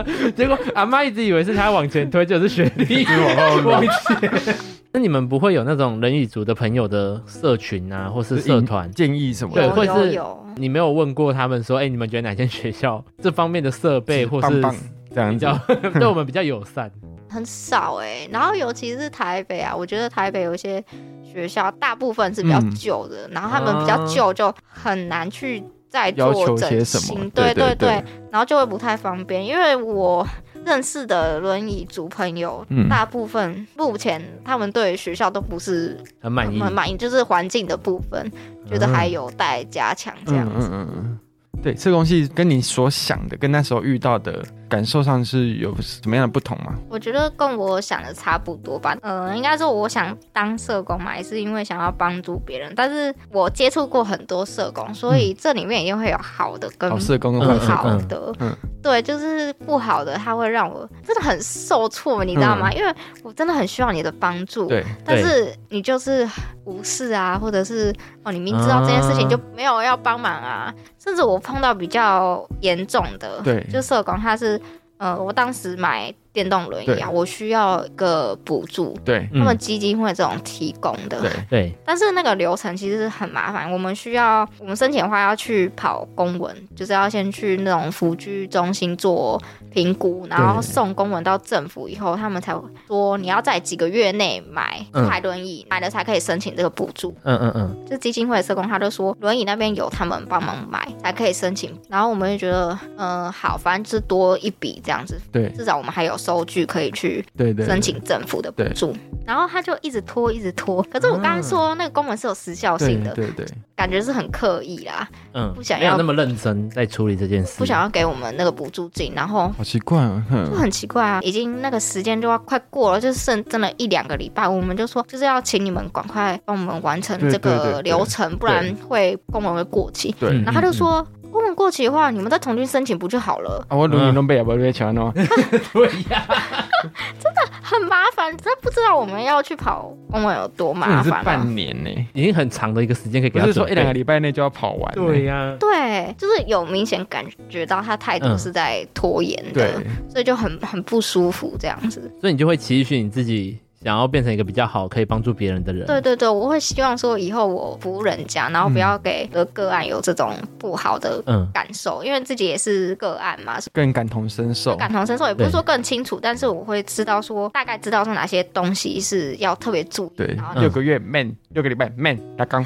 Speaker 3: 啊，
Speaker 1: 结果阿妈一直以为是他往前推，就是雪莉
Speaker 3: 往后
Speaker 1: 往前。那你们不会有那种人与族的朋友的社群啊，或是社团？
Speaker 3: 建议什么
Speaker 1: 对
Speaker 2: 有
Speaker 1: 会
Speaker 3: 的，
Speaker 2: 有
Speaker 1: 是
Speaker 2: 有，
Speaker 1: 你没有问过他们说，哎、你们觉得哪间学校这方面的设备或
Speaker 3: 棒
Speaker 1: 是
Speaker 3: 棒这样
Speaker 1: 比
Speaker 3: 子
Speaker 1: 较， 对我们比较友善？
Speaker 2: 很少哎、然后尤其是台北啊，我觉得台北有一些学校大部分是比较
Speaker 3: 嗯啊
Speaker 2: 旧的，然后他们比较旧就很难去再
Speaker 3: 要
Speaker 2: 做
Speaker 3: 求
Speaker 2: 整
Speaker 3: 些什么
Speaker 2: 形，
Speaker 3: 对
Speaker 2: 对
Speaker 3: 对对
Speaker 2: 然后就会不太方便，因为我认识的轮椅族朋友。
Speaker 3: 嗯
Speaker 2: 大部分目前他们对学校都不是
Speaker 1: 很满意，
Speaker 2: 很满意，就是环境的部分，觉得还有待加强这样
Speaker 3: 嗯
Speaker 2: 子。
Speaker 3: 嗯嗯嗯，对，这个东西跟你所想的，跟那时候遇到的感受上是有什么样的不同吗？
Speaker 2: 我觉得跟我想的差不多吧。呃，应该说我想当社工嘛，也是因为想要帮助别人。但是我接触过很多社工，所以这里面一定会有好的跟
Speaker 3: 好社工跟
Speaker 2: 不
Speaker 3: 坏社工，
Speaker 2: 好的。
Speaker 3: 嗯嗯
Speaker 2: 对，就是不好的，他会让我真的很受挫，你知道吗？因为我真的很需要你的帮助。
Speaker 3: 嗯对，
Speaker 2: 但是你就是无视啊，或者是哦，你明知道这件事情
Speaker 1: 啊
Speaker 2: 就没有要帮忙啊。甚至我碰到比较严重的，
Speaker 3: 对
Speaker 2: 就社工他是呃，我当时买电动轮椅
Speaker 3: 对
Speaker 2: 啊，我需要一个补助，
Speaker 3: 对
Speaker 2: 他们
Speaker 1: 嗯
Speaker 2: 基金会这种提供的，
Speaker 3: 对
Speaker 1: 对，
Speaker 2: 但是那个流程其实很麻烦，我们需要我们申请的话要去跑公文，就是要先去那种辅具中心做评估，然后送公文到政府以后，他们才说你要在几个月内买
Speaker 1: 嗯
Speaker 2: 这台轮椅，买了才可以申请这个补助。
Speaker 1: 嗯嗯嗯，
Speaker 2: 就基金会的社工他就说轮椅那边有他们帮忙买才可以申请，然后我们就觉得嗯、呃好，反正就是多一笔这样子，
Speaker 3: 对
Speaker 2: 至少我们还有收据可以去
Speaker 3: 对对，
Speaker 2: 申请政府的补
Speaker 3: 对啊
Speaker 2: 助，然后他就一直拖，一直拖。可是我刚刚说那个公文是有时效
Speaker 3: 对
Speaker 2: 性的，
Speaker 3: 对对，
Speaker 2: 感觉是很刻意啦，
Speaker 1: 嗯，
Speaker 2: 不想
Speaker 1: 没有
Speaker 2: 要
Speaker 1: 那么认真在处理这件事，
Speaker 2: 不想要给我们那个补助金，然后
Speaker 3: 好奇怪哦，
Speaker 2: 就
Speaker 3: 嗯，
Speaker 2: 很奇怪啊，已经那个时间就要快过了，就剩真的一两个礼拜，我们就说就是要请你们赶快帮我们完成
Speaker 3: 对
Speaker 2: 这
Speaker 3: 对
Speaker 2: 个
Speaker 3: 对
Speaker 2: 流程，不然会公文会过期。
Speaker 3: 对
Speaker 1: 嗯
Speaker 2: 然后他就说。公文过期的话，你们再重新申请不就好了？
Speaker 3: 啊，我录音都被也不被抢哦，
Speaker 1: 对呀，
Speaker 2: 很麻烦，他不知道我们要去跑公文有多
Speaker 3: 这也
Speaker 2: 麻
Speaker 3: 是
Speaker 2: 烦、啊。
Speaker 3: 半年呢，
Speaker 1: 已经很长的一个时间可以
Speaker 3: 不
Speaker 1: 给他
Speaker 3: 是说一
Speaker 1: 准
Speaker 3: 两个
Speaker 1: 备
Speaker 3: 礼拜内就要跑完，
Speaker 1: 对，呀，
Speaker 2: 对，就是有明显感觉到他态度是在拖延的，
Speaker 3: 嗯对嗯
Speaker 2: 所以就很很不舒服这样子。
Speaker 1: 所以你就会期许你自己想要变成一个比较好，可以帮助别人的人。
Speaker 2: 对对对，我会希望说以后我服务人家，然后不要给的个案有这种不好的
Speaker 1: 嗯，
Speaker 2: 感受，因为自己也是个案嘛，所
Speaker 3: 更感同身
Speaker 2: 以
Speaker 3: 受，
Speaker 2: 感同身受也不是
Speaker 1: 对
Speaker 2: 说更清楚，但是我会知道说大概知道说哪些东西是要特别注意，
Speaker 3: 对
Speaker 2: 然后，
Speaker 1: 嗯
Speaker 3: 六个月 man，六个礼拜 man，他刚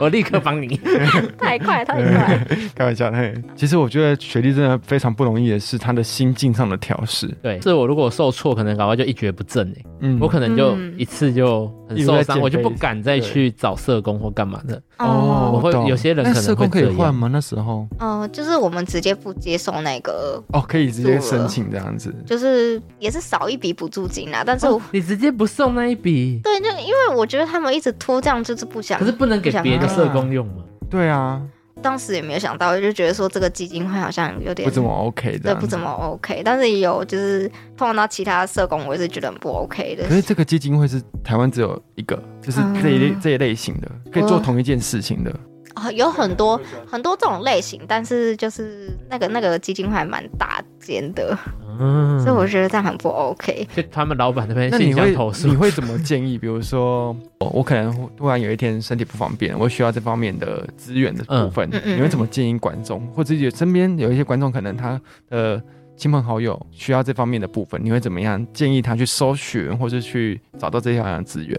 Speaker 1: 我立刻帮你。
Speaker 2: 太快太快，
Speaker 3: 开玩笑，嘿，其实我觉得学历真的非常不容易的是他的心境上的调试，
Speaker 1: 对，是我如果受挫，可能搞到就一蹶不振哎、
Speaker 3: 嗯
Speaker 1: 我可能就
Speaker 2: 嗯
Speaker 1: 一次就很
Speaker 3: 一直
Speaker 1: 受
Speaker 3: 在
Speaker 1: 伤，
Speaker 3: 减
Speaker 1: 我就不
Speaker 3: 肥
Speaker 1: 敢再去找社工或干嘛的。我
Speaker 3: 哦，
Speaker 1: 会
Speaker 3: 懂
Speaker 1: 有些人
Speaker 3: 那
Speaker 1: 可能
Speaker 3: 社工
Speaker 1: 会
Speaker 3: 可
Speaker 1: 这
Speaker 3: 以
Speaker 1: 样
Speaker 3: 换吗？那时候
Speaker 2: 嗯、就是我们直接不接受那个，
Speaker 3: 哦，可以直接申请这样子，
Speaker 2: 就是也是少一笔补助金啦，但是
Speaker 3: 哦
Speaker 2: 我。
Speaker 1: 哦你直接不送那一笔，
Speaker 2: 对，那因为我觉得他们一直拖，这样就是不想。
Speaker 1: 可是不能给别的社工用吗？
Speaker 3: 对啊，
Speaker 2: 当时也没有想到，就觉得说这个基金会好像有点
Speaker 3: 不怎么 OK 这
Speaker 2: 对，
Speaker 3: 样
Speaker 2: 不。怎么 OK。但是也有就是碰到其他社工，我也是觉得很不 OK 的
Speaker 3: 可。是这个基金会是台湾只有一个，就是这一类、
Speaker 2: 嗯
Speaker 3: 这一类型的，可以做同一件事情的。
Speaker 2: 啊、有很多很多这种类型，但是就是那个那个基金会还蛮大间的，
Speaker 1: 嗯，
Speaker 2: 所以我觉得这样很不 OK。
Speaker 1: 就他们老板那边
Speaker 3: 那
Speaker 1: 信
Speaker 3: 你会
Speaker 1: 箱投诉
Speaker 3: 你，会怎么建议？比 如说，我我可能突然有一天身体不方便，我需要这方面的资源的部分，
Speaker 2: 嗯嗯嗯
Speaker 3: 你会怎么建议观众？或者有身边有一些观众可能他的亲朋好友需要这方面的部分，你会怎么样建议他去搜寻，或是去找到这项资源？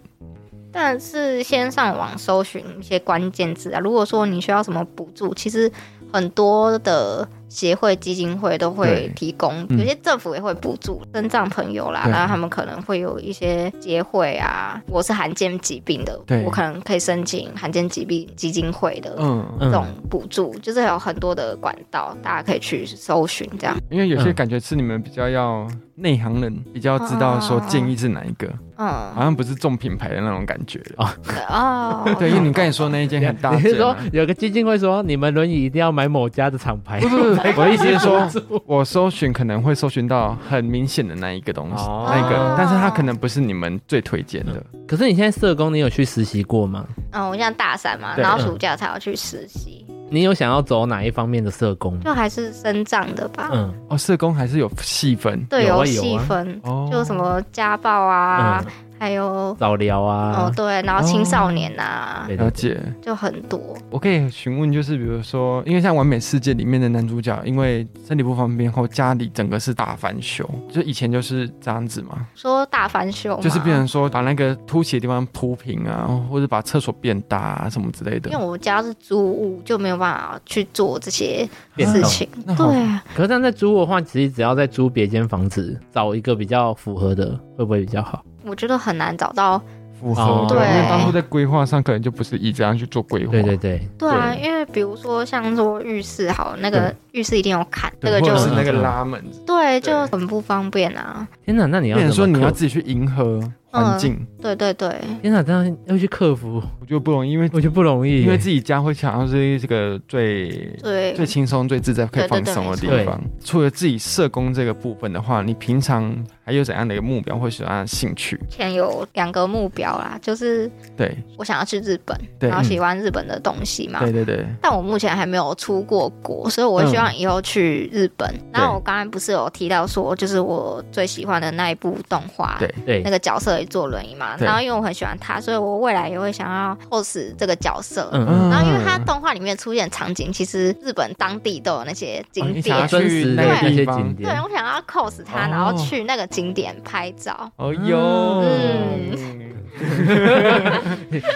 Speaker 2: 但是先上网搜寻一些关键字啊，如果说你需要什么补助，其实很多的协会、基金会都会
Speaker 3: 对
Speaker 2: 提供，
Speaker 3: 嗯
Speaker 2: 有些政府也会补助身障朋友啦，
Speaker 3: 对
Speaker 2: 然后他们可能会有一些协会啊，我是罕见疾病的
Speaker 3: 对，
Speaker 2: 我可能可以申请罕见疾病基金会的。
Speaker 3: 嗯，
Speaker 2: 这
Speaker 1: 嗯
Speaker 2: 种补助就是有很多的管道，大家可以去搜寻这样。
Speaker 3: 因为有些
Speaker 1: 嗯
Speaker 3: 感觉是你们比较要内行人，比较知
Speaker 2: 哦
Speaker 3: 道说建议是哪一个，
Speaker 2: 嗯，
Speaker 3: 好像不是重品牌的那种感觉。
Speaker 2: 哦，
Speaker 3: 啊 对，因为你刚才说那一间很大
Speaker 1: 你
Speaker 3: 间
Speaker 1: 是说
Speaker 3: 啊、
Speaker 1: 有个基金会说你们轮椅一定要买某家的厂牌？
Speaker 3: 不是不是， 我的意思是说，
Speaker 1: 说，
Speaker 3: 我搜寻可能会搜寻到很明显的那一个东西，
Speaker 1: 哦
Speaker 3: 那个，但是它可能不是你们最推荐的。
Speaker 1: 可是你现在社工，你有去实习过吗？
Speaker 2: 嗯，我现在大三嘛，
Speaker 3: 对嗯
Speaker 2: 然后暑假才要去实习，
Speaker 1: 你有想要走哪一方面的社工？
Speaker 2: 就还是生长的吧。
Speaker 1: 嗯，
Speaker 3: 哦，社工还是有细分
Speaker 2: 对，
Speaker 1: 有啊
Speaker 2: 细
Speaker 1: 有啊
Speaker 2: 分，
Speaker 3: 哦，
Speaker 2: 就什么家暴啊，
Speaker 1: 嗯
Speaker 2: 还有
Speaker 1: 早疗
Speaker 2: 哦
Speaker 1: 啊，
Speaker 2: 对，然后青
Speaker 3: 哦
Speaker 2: 少年啊，
Speaker 1: 对
Speaker 3: 了
Speaker 1: 对
Speaker 3: 解。
Speaker 2: 就很多。
Speaker 3: 我可以询问，就是比如说，因为像《完美世界》里面的男主角，因为身体不方便后，家里整个是大翻修，就以前就是这样子嘛，
Speaker 2: 说大翻修嘛，
Speaker 3: 就是变成说把那个凸起的地方铺平啊，或者把厕所变大啊什么之类的
Speaker 2: 因为。我家是租屋，就没有办法去做这些
Speaker 1: 变
Speaker 2: 事
Speaker 1: 动
Speaker 2: 情。
Speaker 3: 那好
Speaker 2: 对啊，
Speaker 1: 可是这样在租的话，其实只要再租别间房子，找一个比较符合的，会不会比较好？
Speaker 2: 我觉得很难找到
Speaker 3: 符合
Speaker 1: 哦
Speaker 3: 的，因为当初
Speaker 2: 对
Speaker 3: 在规划上可能就不是以这样去做规划，
Speaker 1: 对对对，
Speaker 2: 对啊，因为比如说像做浴室好，那个浴室一定有坎，那
Speaker 3: 对，
Speaker 2: 个
Speaker 3: 或
Speaker 2: 就
Speaker 3: 者是那个
Speaker 1: 嗯
Speaker 3: 拉门，
Speaker 2: 对就很不方便啊。
Speaker 1: 天哪，那你要
Speaker 3: 变
Speaker 1: 怎
Speaker 3: 成说
Speaker 1: 么
Speaker 3: 你要
Speaker 1: 克
Speaker 3: 自己去迎合环境，
Speaker 2: 对对对，
Speaker 1: 天哪，这样要去克服，
Speaker 3: 我觉得不容易，因为
Speaker 1: 我觉得不容易耶，
Speaker 3: 因为自己家会想要是这个最
Speaker 2: 对
Speaker 3: 最轻松、最自在、可以
Speaker 2: 对对
Speaker 3: 放
Speaker 2: 对
Speaker 3: 松的
Speaker 1: 没
Speaker 3: 地
Speaker 1: 错
Speaker 3: 方。除了自己社工这个部分的话，你平常还有怎样的一个目标或什么样的兴趣？
Speaker 2: 以前有两个目标啦，就是
Speaker 3: 对
Speaker 2: 我想要去日本，
Speaker 3: 对嗯
Speaker 2: 然后喜欢日本的东西嘛。
Speaker 3: 对对对，
Speaker 2: 但我目前还没有出过国，所以我希望
Speaker 3: 嗯
Speaker 2: 以后去日本。然后我刚才不是有提到说，就是我最喜欢的那一部动画，
Speaker 3: 对
Speaker 1: 对
Speaker 2: 那个角色也坐轮椅嘛。
Speaker 3: 对
Speaker 2: 然后因为我很喜欢他，所以我未来也会想要 cos 这个角色。
Speaker 1: 嗯
Speaker 3: 嗯
Speaker 1: 嗯，
Speaker 2: 然后，因为它动画里面出现场景，其实日本当地都有那些
Speaker 3: 哦
Speaker 2: 景
Speaker 3: 你想要
Speaker 1: 真
Speaker 2: 点，
Speaker 3: 去
Speaker 1: 实的
Speaker 3: 那个
Speaker 1: 那
Speaker 3: 地
Speaker 1: 些
Speaker 3: 方
Speaker 1: 景
Speaker 2: 对，
Speaker 1: 点，
Speaker 2: 我想要 cos 它，
Speaker 3: 哦
Speaker 2: 然后去那个景点拍照。
Speaker 3: 哦
Speaker 1: 嗯
Speaker 3: 哟，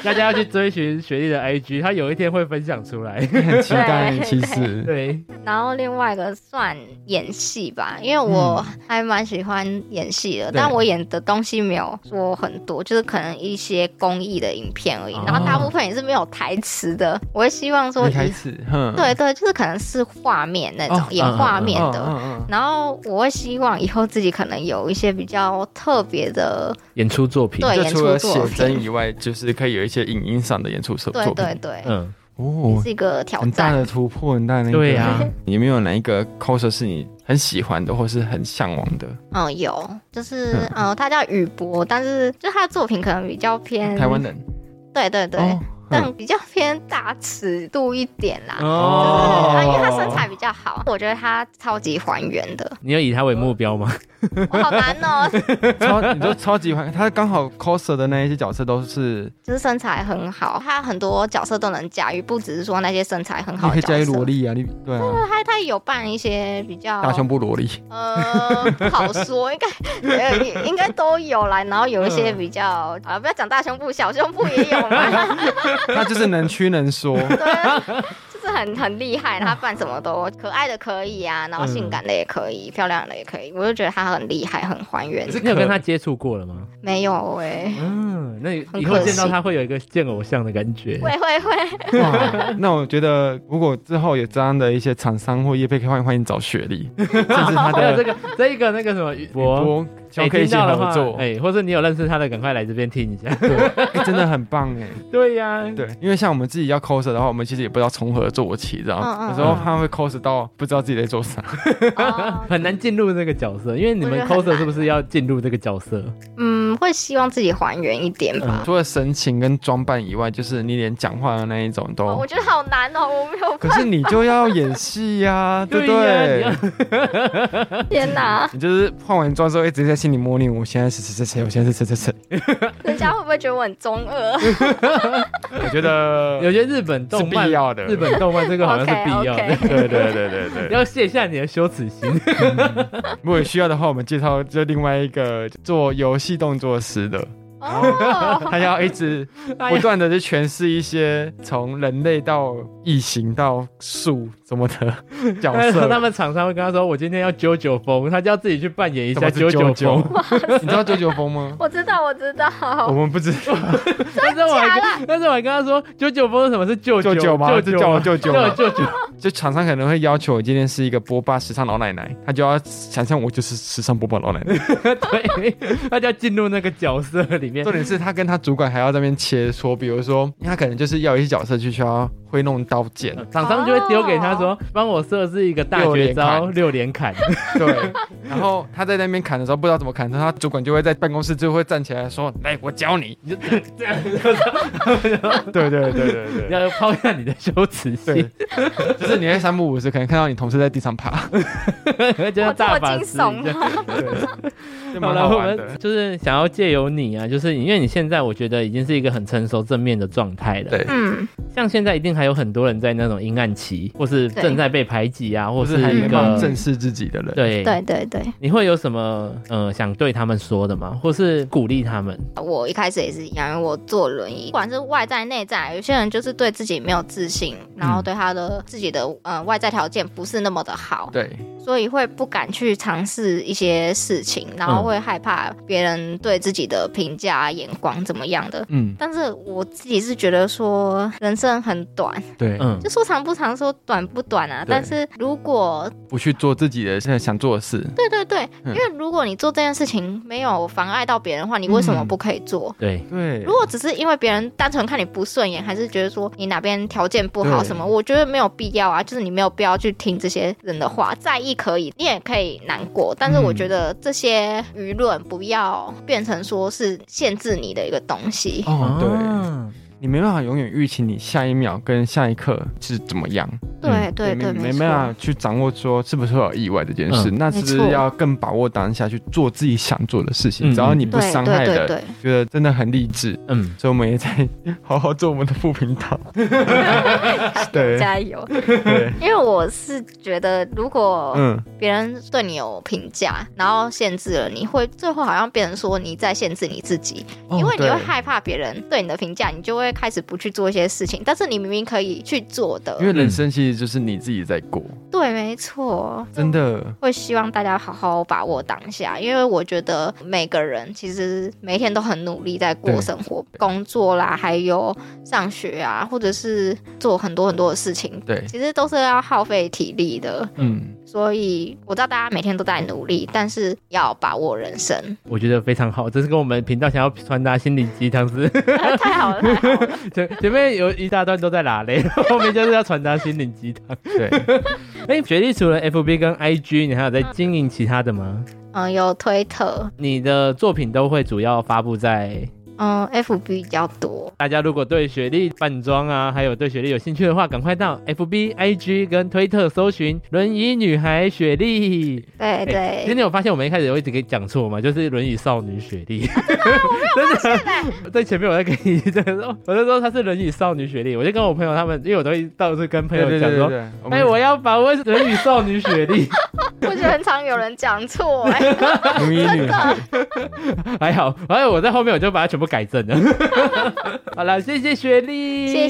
Speaker 1: 大家要去追寻雪莉的 IG，她有一天会分享出来。
Speaker 3: 很 期待，
Speaker 2: 对
Speaker 3: 其 实
Speaker 1: 对，
Speaker 2: 然后另外一个算演戏吧，因为我还蛮喜欢演戏的，
Speaker 3: 嗯对
Speaker 2: 但我演的东西没有说很多，就是可能一些公益的影片而已。
Speaker 1: 哦
Speaker 2: 然后大部分也是没有台词的，我会希望说
Speaker 3: 没
Speaker 2: 以，
Speaker 3: 开始，哼，
Speaker 2: 对对，就是可能是画面那种
Speaker 3: 哦
Speaker 2: 演画面的。
Speaker 3: 嗯嗯嗯嗯
Speaker 2: 然后我会希望以后自己可能有一些比较特别的，
Speaker 1: 演出作品，
Speaker 2: 对
Speaker 3: 就
Speaker 2: 演
Speaker 3: 除
Speaker 2: 出
Speaker 3: 了
Speaker 2: 作
Speaker 3: 写
Speaker 2: 品
Speaker 3: 真以外，就是可以有一些影音上的演出手作
Speaker 2: 对
Speaker 3: 品。
Speaker 2: 对对，
Speaker 1: 嗯，
Speaker 3: 哦，
Speaker 2: 是一个挑
Speaker 3: 很大
Speaker 2: 战。
Speaker 3: 的突破，很大的那个。
Speaker 1: 对啊，
Speaker 3: 有没有哪一个 coser 是你很喜欢的，或是很向往的？
Speaker 2: 嗯，有，就是嗯，他叫宇博，但是就他的作品可能比较偏
Speaker 3: 台湾，人
Speaker 2: 对嗯对对，
Speaker 3: 哦，
Speaker 2: 但比较偏大尺度一点啦。就
Speaker 3: 哦
Speaker 2: 是他因为他身材比较好，我觉得他超级还原 的，
Speaker 1: 你要以她为目标吗？
Speaker 2: 我好难哦、
Speaker 3: 超，你说超级欢，他刚好 coser 的那一些角色都是，
Speaker 2: 就是身材很好，他很多角色都能驾驭，不只是说那些身材很
Speaker 3: 你
Speaker 2: 好
Speaker 3: 可
Speaker 2: 的
Speaker 3: 以加
Speaker 2: 角
Speaker 3: 一
Speaker 2: 色
Speaker 3: 萝。莉啊，你对啊，
Speaker 2: 他他有扮一些比较
Speaker 3: 大胸部萝莉，
Speaker 2: 呃，不好说，应该呃应该都有啦。然后有一
Speaker 3: 嗯
Speaker 2: 些比较啊、不要讲大胸部，小胸部也有嘛，
Speaker 3: 他就是能屈能 缩，
Speaker 2: 对，啊就是很很厉害。他扮什么都可爱的可以啊，然后性感的也可以，漂亮的也可以。我就觉得他很厉害，很还原
Speaker 3: 可。是
Speaker 1: 你有跟她接触过了吗？
Speaker 2: 没有哎、
Speaker 1: 嗯，那
Speaker 2: 很
Speaker 1: 以
Speaker 2: 可
Speaker 1: 后见到
Speaker 2: 惜
Speaker 1: 她会有一个见偶像的感觉。
Speaker 2: 会会会，
Speaker 3: 哇，那我觉得如果之后有这样的一些厂商或业配，可以欢迎欢迎找雪 莉，这是他
Speaker 1: 还有这
Speaker 3: 的
Speaker 1: 个这一个那个什么宇博，
Speaker 3: 播，希望可以一起
Speaker 1: 听到的话
Speaker 3: 合作，
Speaker 1: 哎，或者你有认识他的，赶快来这边听一下。
Speaker 3: 哎真的很棒哎。
Speaker 1: 对呀，
Speaker 3: 对，因为像我们自己要 coser 的话，我们其实也不知道从何做起，知道
Speaker 2: 嗯嗯
Speaker 3: 吗？有时候他会 cos 到不知道自己在做啥。
Speaker 2: 哦
Speaker 1: 很难进入这个角色，因为你们
Speaker 2: 我觉得很
Speaker 1: coser
Speaker 2: 难
Speaker 1: 是不是要进入这个角色？
Speaker 2: 嗯，会希望自己还原一点吧。
Speaker 3: 除了神情跟装扮以外，就是你连讲话的那一种
Speaker 2: 哦
Speaker 3: 都
Speaker 2: 我。觉得好难哦，我没有
Speaker 3: 可是你就要演戏呀、 对不
Speaker 1: 对呀
Speaker 3: 对？
Speaker 2: 天 哪，
Speaker 3: 你就是化完妆之后一直在心里默念：我现在是谁谁谁，我现在是谁谁谁。
Speaker 2: 人家会不会觉得我很中二？
Speaker 3: 我觉 得
Speaker 1: 有些日本
Speaker 3: 是
Speaker 1: 动漫
Speaker 3: 必，要的。
Speaker 1: 日本动漫这个好像 是
Speaker 2: OK，
Speaker 1: 必要
Speaker 2: OK
Speaker 1: 的，
Speaker 3: 对对对对对。
Speaker 1: 要卸下你的羞耻 心。
Speaker 3: 如果需要的话，我们介绍就另外一个做游戏动作师的，
Speaker 2: 哦，
Speaker 3: 他要一直
Speaker 1: 哎
Speaker 3: 不
Speaker 1: 呀，
Speaker 3: 断的去诠释一些从人类到异形到树 什么的角
Speaker 1: 但是
Speaker 3: 色。
Speaker 1: 他们厂商会跟他说：“我今天要九九风，他就要自己去扮演一
Speaker 3: 什
Speaker 1: 下
Speaker 3: 么是
Speaker 1: 九九
Speaker 3: 九
Speaker 1: 风。？
Speaker 3: 你知道九九 风吗？
Speaker 2: 我知道，我知 道。
Speaker 3: 我们不知道。”
Speaker 1: 但是我还跟，但是我还跟他说：“九九风是什么是舅
Speaker 3: 舅舅吗？
Speaker 1: 舅
Speaker 3: 就叫我
Speaker 1: 舅
Speaker 3: 舅舅
Speaker 1: 叫
Speaker 3: 吗。
Speaker 1: 舅舅。
Speaker 3: 就厂商可能会要求我今天是一个波霸时尚老奶奶，她就要想象我就是时尚波霸老奶奶。
Speaker 1: 对，他就要进入那个角色里面
Speaker 3: 重。点是她跟她主管还要在那边切磋，比如说，因为她可能就是要有一些角色去需要挥弄刀剑，
Speaker 1: 厂商就会丢给他
Speaker 2: 哦
Speaker 1: 说：“帮我设置一个大绝招六连砍。
Speaker 3: 对。然后她在那边砍的时候不知道怎么砍，然后她主管就会在办公室就会站起来说：“来，我教你。”你就 这样，对对对对” 对。
Speaker 1: 要抛下你的羞耻
Speaker 3: 对
Speaker 1: 心，，
Speaker 3: 就是你在三不五时可能看到你同事在地上爬，
Speaker 1: 就
Speaker 2: 我
Speaker 1: 是
Speaker 2: 这
Speaker 1: 大
Speaker 2: 么
Speaker 1: 法
Speaker 2: 惊
Speaker 1: 师
Speaker 2: 悚
Speaker 1: 一样。
Speaker 2: 吗？
Speaker 3: 对，就
Speaker 1: 好
Speaker 3: 蛮
Speaker 1: 了，
Speaker 3: 好
Speaker 1: 我
Speaker 3: 玩
Speaker 1: 们
Speaker 3: 的。
Speaker 1: 就是想要借由你啊，就是因为你现在我觉得已经是一个很成熟正面的状态了。
Speaker 3: 对，
Speaker 2: 嗯，
Speaker 1: 像现在一定还有很多人在那种阴暗期或是是正在被排挤啊，或
Speaker 3: 或是还
Speaker 1: 一
Speaker 3: 没办
Speaker 1: 个
Speaker 3: 法正视自己的人，
Speaker 1: 对
Speaker 2: 对对对，
Speaker 1: 你会有什么呃想对他们说的吗？或是鼓励他们？
Speaker 2: 我一开始也是一样，因为我坐轮椅，不管是外在内在，有些人就是对自己没有自信，然
Speaker 3: 嗯
Speaker 2: 后对他的自己的呃外在条件不是那么的好，
Speaker 3: 对
Speaker 2: 所以会不敢去尝试一些事情，然
Speaker 3: 嗯
Speaker 2: 后会害怕别人对自己的评价、眼光怎么样的。
Speaker 3: 嗯，
Speaker 2: 但是我自己是觉得说，人生很短，
Speaker 3: 对，
Speaker 1: 嗯
Speaker 2: 就说长不长，说短不短啊。
Speaker 3: 对
Speaker 2: 但是如果
Speaker 3: 不去做自己的现在想做的事，
Speaker 2: 对对对，
Speaker 3: 嗯
Speaker 2: 因为如果你做这件事情没有妨碍到别人的话，你为什么
Speaker 3: 嗯
Speaker 2: 不可以做？
Speaker 1: 对，
Speaker 3: 对嗯
Speaker 2: 如，果只是因为别人单纯看你不顺眼，还是觉得说你哪边条件不好
Speaker 3: 对
Speaker 2: 什么，我觉得没有必要啊。就是你没有必要去听这些人的话，在意可以，你也可以难过，但是
Speaker 3: 嗯
Speaker 2: 我觉得这些舆论不要变成说是限制你的一个东西。
Speaker 3: 哦，对，
Speaker 1: 啊
Speaker 3: 你没办法永远预期你下一秒跟下一刻是怎么样，
Speaker 2: 对对对，
Speaker 3: 嗯没
Speaker 2: 错
Speaker 3: 没办法去掌握说是不是会有意外这件事，
Speaker 1: 嗯
Speaker 3: 那是不
Speaker 2: 没
Speaker 3: 是
Speaker 2: 错
Speaker 3: 要更把握当下去做自己想做的事情？
Speaker 1: 嗯
Speaker 3: 只要你不
Speaker 2: 对
Speaker 3: 伤害
Speaker 2: 对对
Speaker 3: 人，
Speaker 2: 对，
Speaker 3: 觉得真的很励志，
Speaker 1: 嗯，
Speaker 3: 所以我们也在好好做我们的副频道。 对
Speaker 2: 加 油！
Speaker 3: 对，
Speaker 2: 因为我是觉得，如果
Speaker 3: 嗯，
Speaker 2: 别人对你有评价，然后限制了你，会最后好像变成说你在限制你自己，因为你
Speaker 3: 哦对
Speaker 2: 会害怕别人对你的评价，你就会开始不去做一些事情，但是你明明可以去做的
Speaker 3: 因。为人生其实就是你自己在过，
Speaker 2: 对，没错，
Speaker 3: 真的，
Speaker 2: 会希望大家好好把握当下，因为我觉得每个人其实每天都很努力在过
Speaker 3: 对
Speaker 2: 生活、工作啦，还有上学啊，或者是做很多很多的事情，
Speaker 3: 对，
Speaker 2: 其实都是要耗费体力的。
Speaker 3: 嗯，
Speaker 2: 所以我知道大家每天都在努力，但是要把握人生。
Speaker 1: 我觉得非常好，这是跟我们频道想要传达心理鸡汤是
Speaker 2: 太好了，太好了，
Speaker 1: 前前面有一大段都在拉嘞， 后面就是要传达心灵鸡汤。
Speaker 3: 对，
Speaker 1: 哎，学历除了 FB 跟 IG，你还有在经营其他的吗？
Speaker 2: 嗯，有推特，
Speaker 1: 你的作品都会主要发布在
Speaker 2: 嗯，FB 比较多。
Speaker 1: 大家如果对雪莉扮装啊，还有对雪莉有兴趣的话，赶快到 FB、IG 跟推特搜寻“轮椅女孩雪莉”
Speaker 2: 对
Speaker 1: 哎。今
Speaker 2: 对，
Speaker 1: 天有发现我们一开始有一直给讲错吗？就是轮椅少女雪莉。 真的，在前面我在跟你在说，哦我就说她是轮椅少女雪莉，我就跟我朋友他们，因为我都会到处跟朋
Speaker 3: 对
Speaker 1: 友
Speaker 3: 对
Speaker 1: 讲
Speaker 3: 对
Speaker 1: 说
Speaker 3: 对，，对我
Speaker 1: 哎、
Speaker 3: 们
Speaker 1: 我要把握轮椅少女雪莉。
Speaker 2: 我觉得很常有人讲错、哎，
Speaker 3: 母婴女孩，
Speaker 1: 还好，还有我在后面我就把它全部改正了。 好了，谢谢雪莉，
Speaker 2: 谢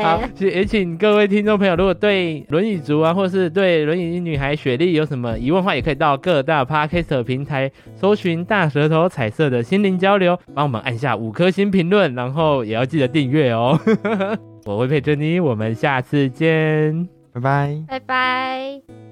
Speaker 1: 好，也也请各位听众朋友，如果对轮椅族啊，或是对轮椅女孩雪莉有什么疑问的话，也可以到各大 podcast 平台搜寻“大舌头彩色的心灵交流”，帮我们按下五颗星评论，然后也要记得订阅哦。 我会陪着你，我们下次见。
Speaker 3: 拜拜。
Speaker 2: 拜拜。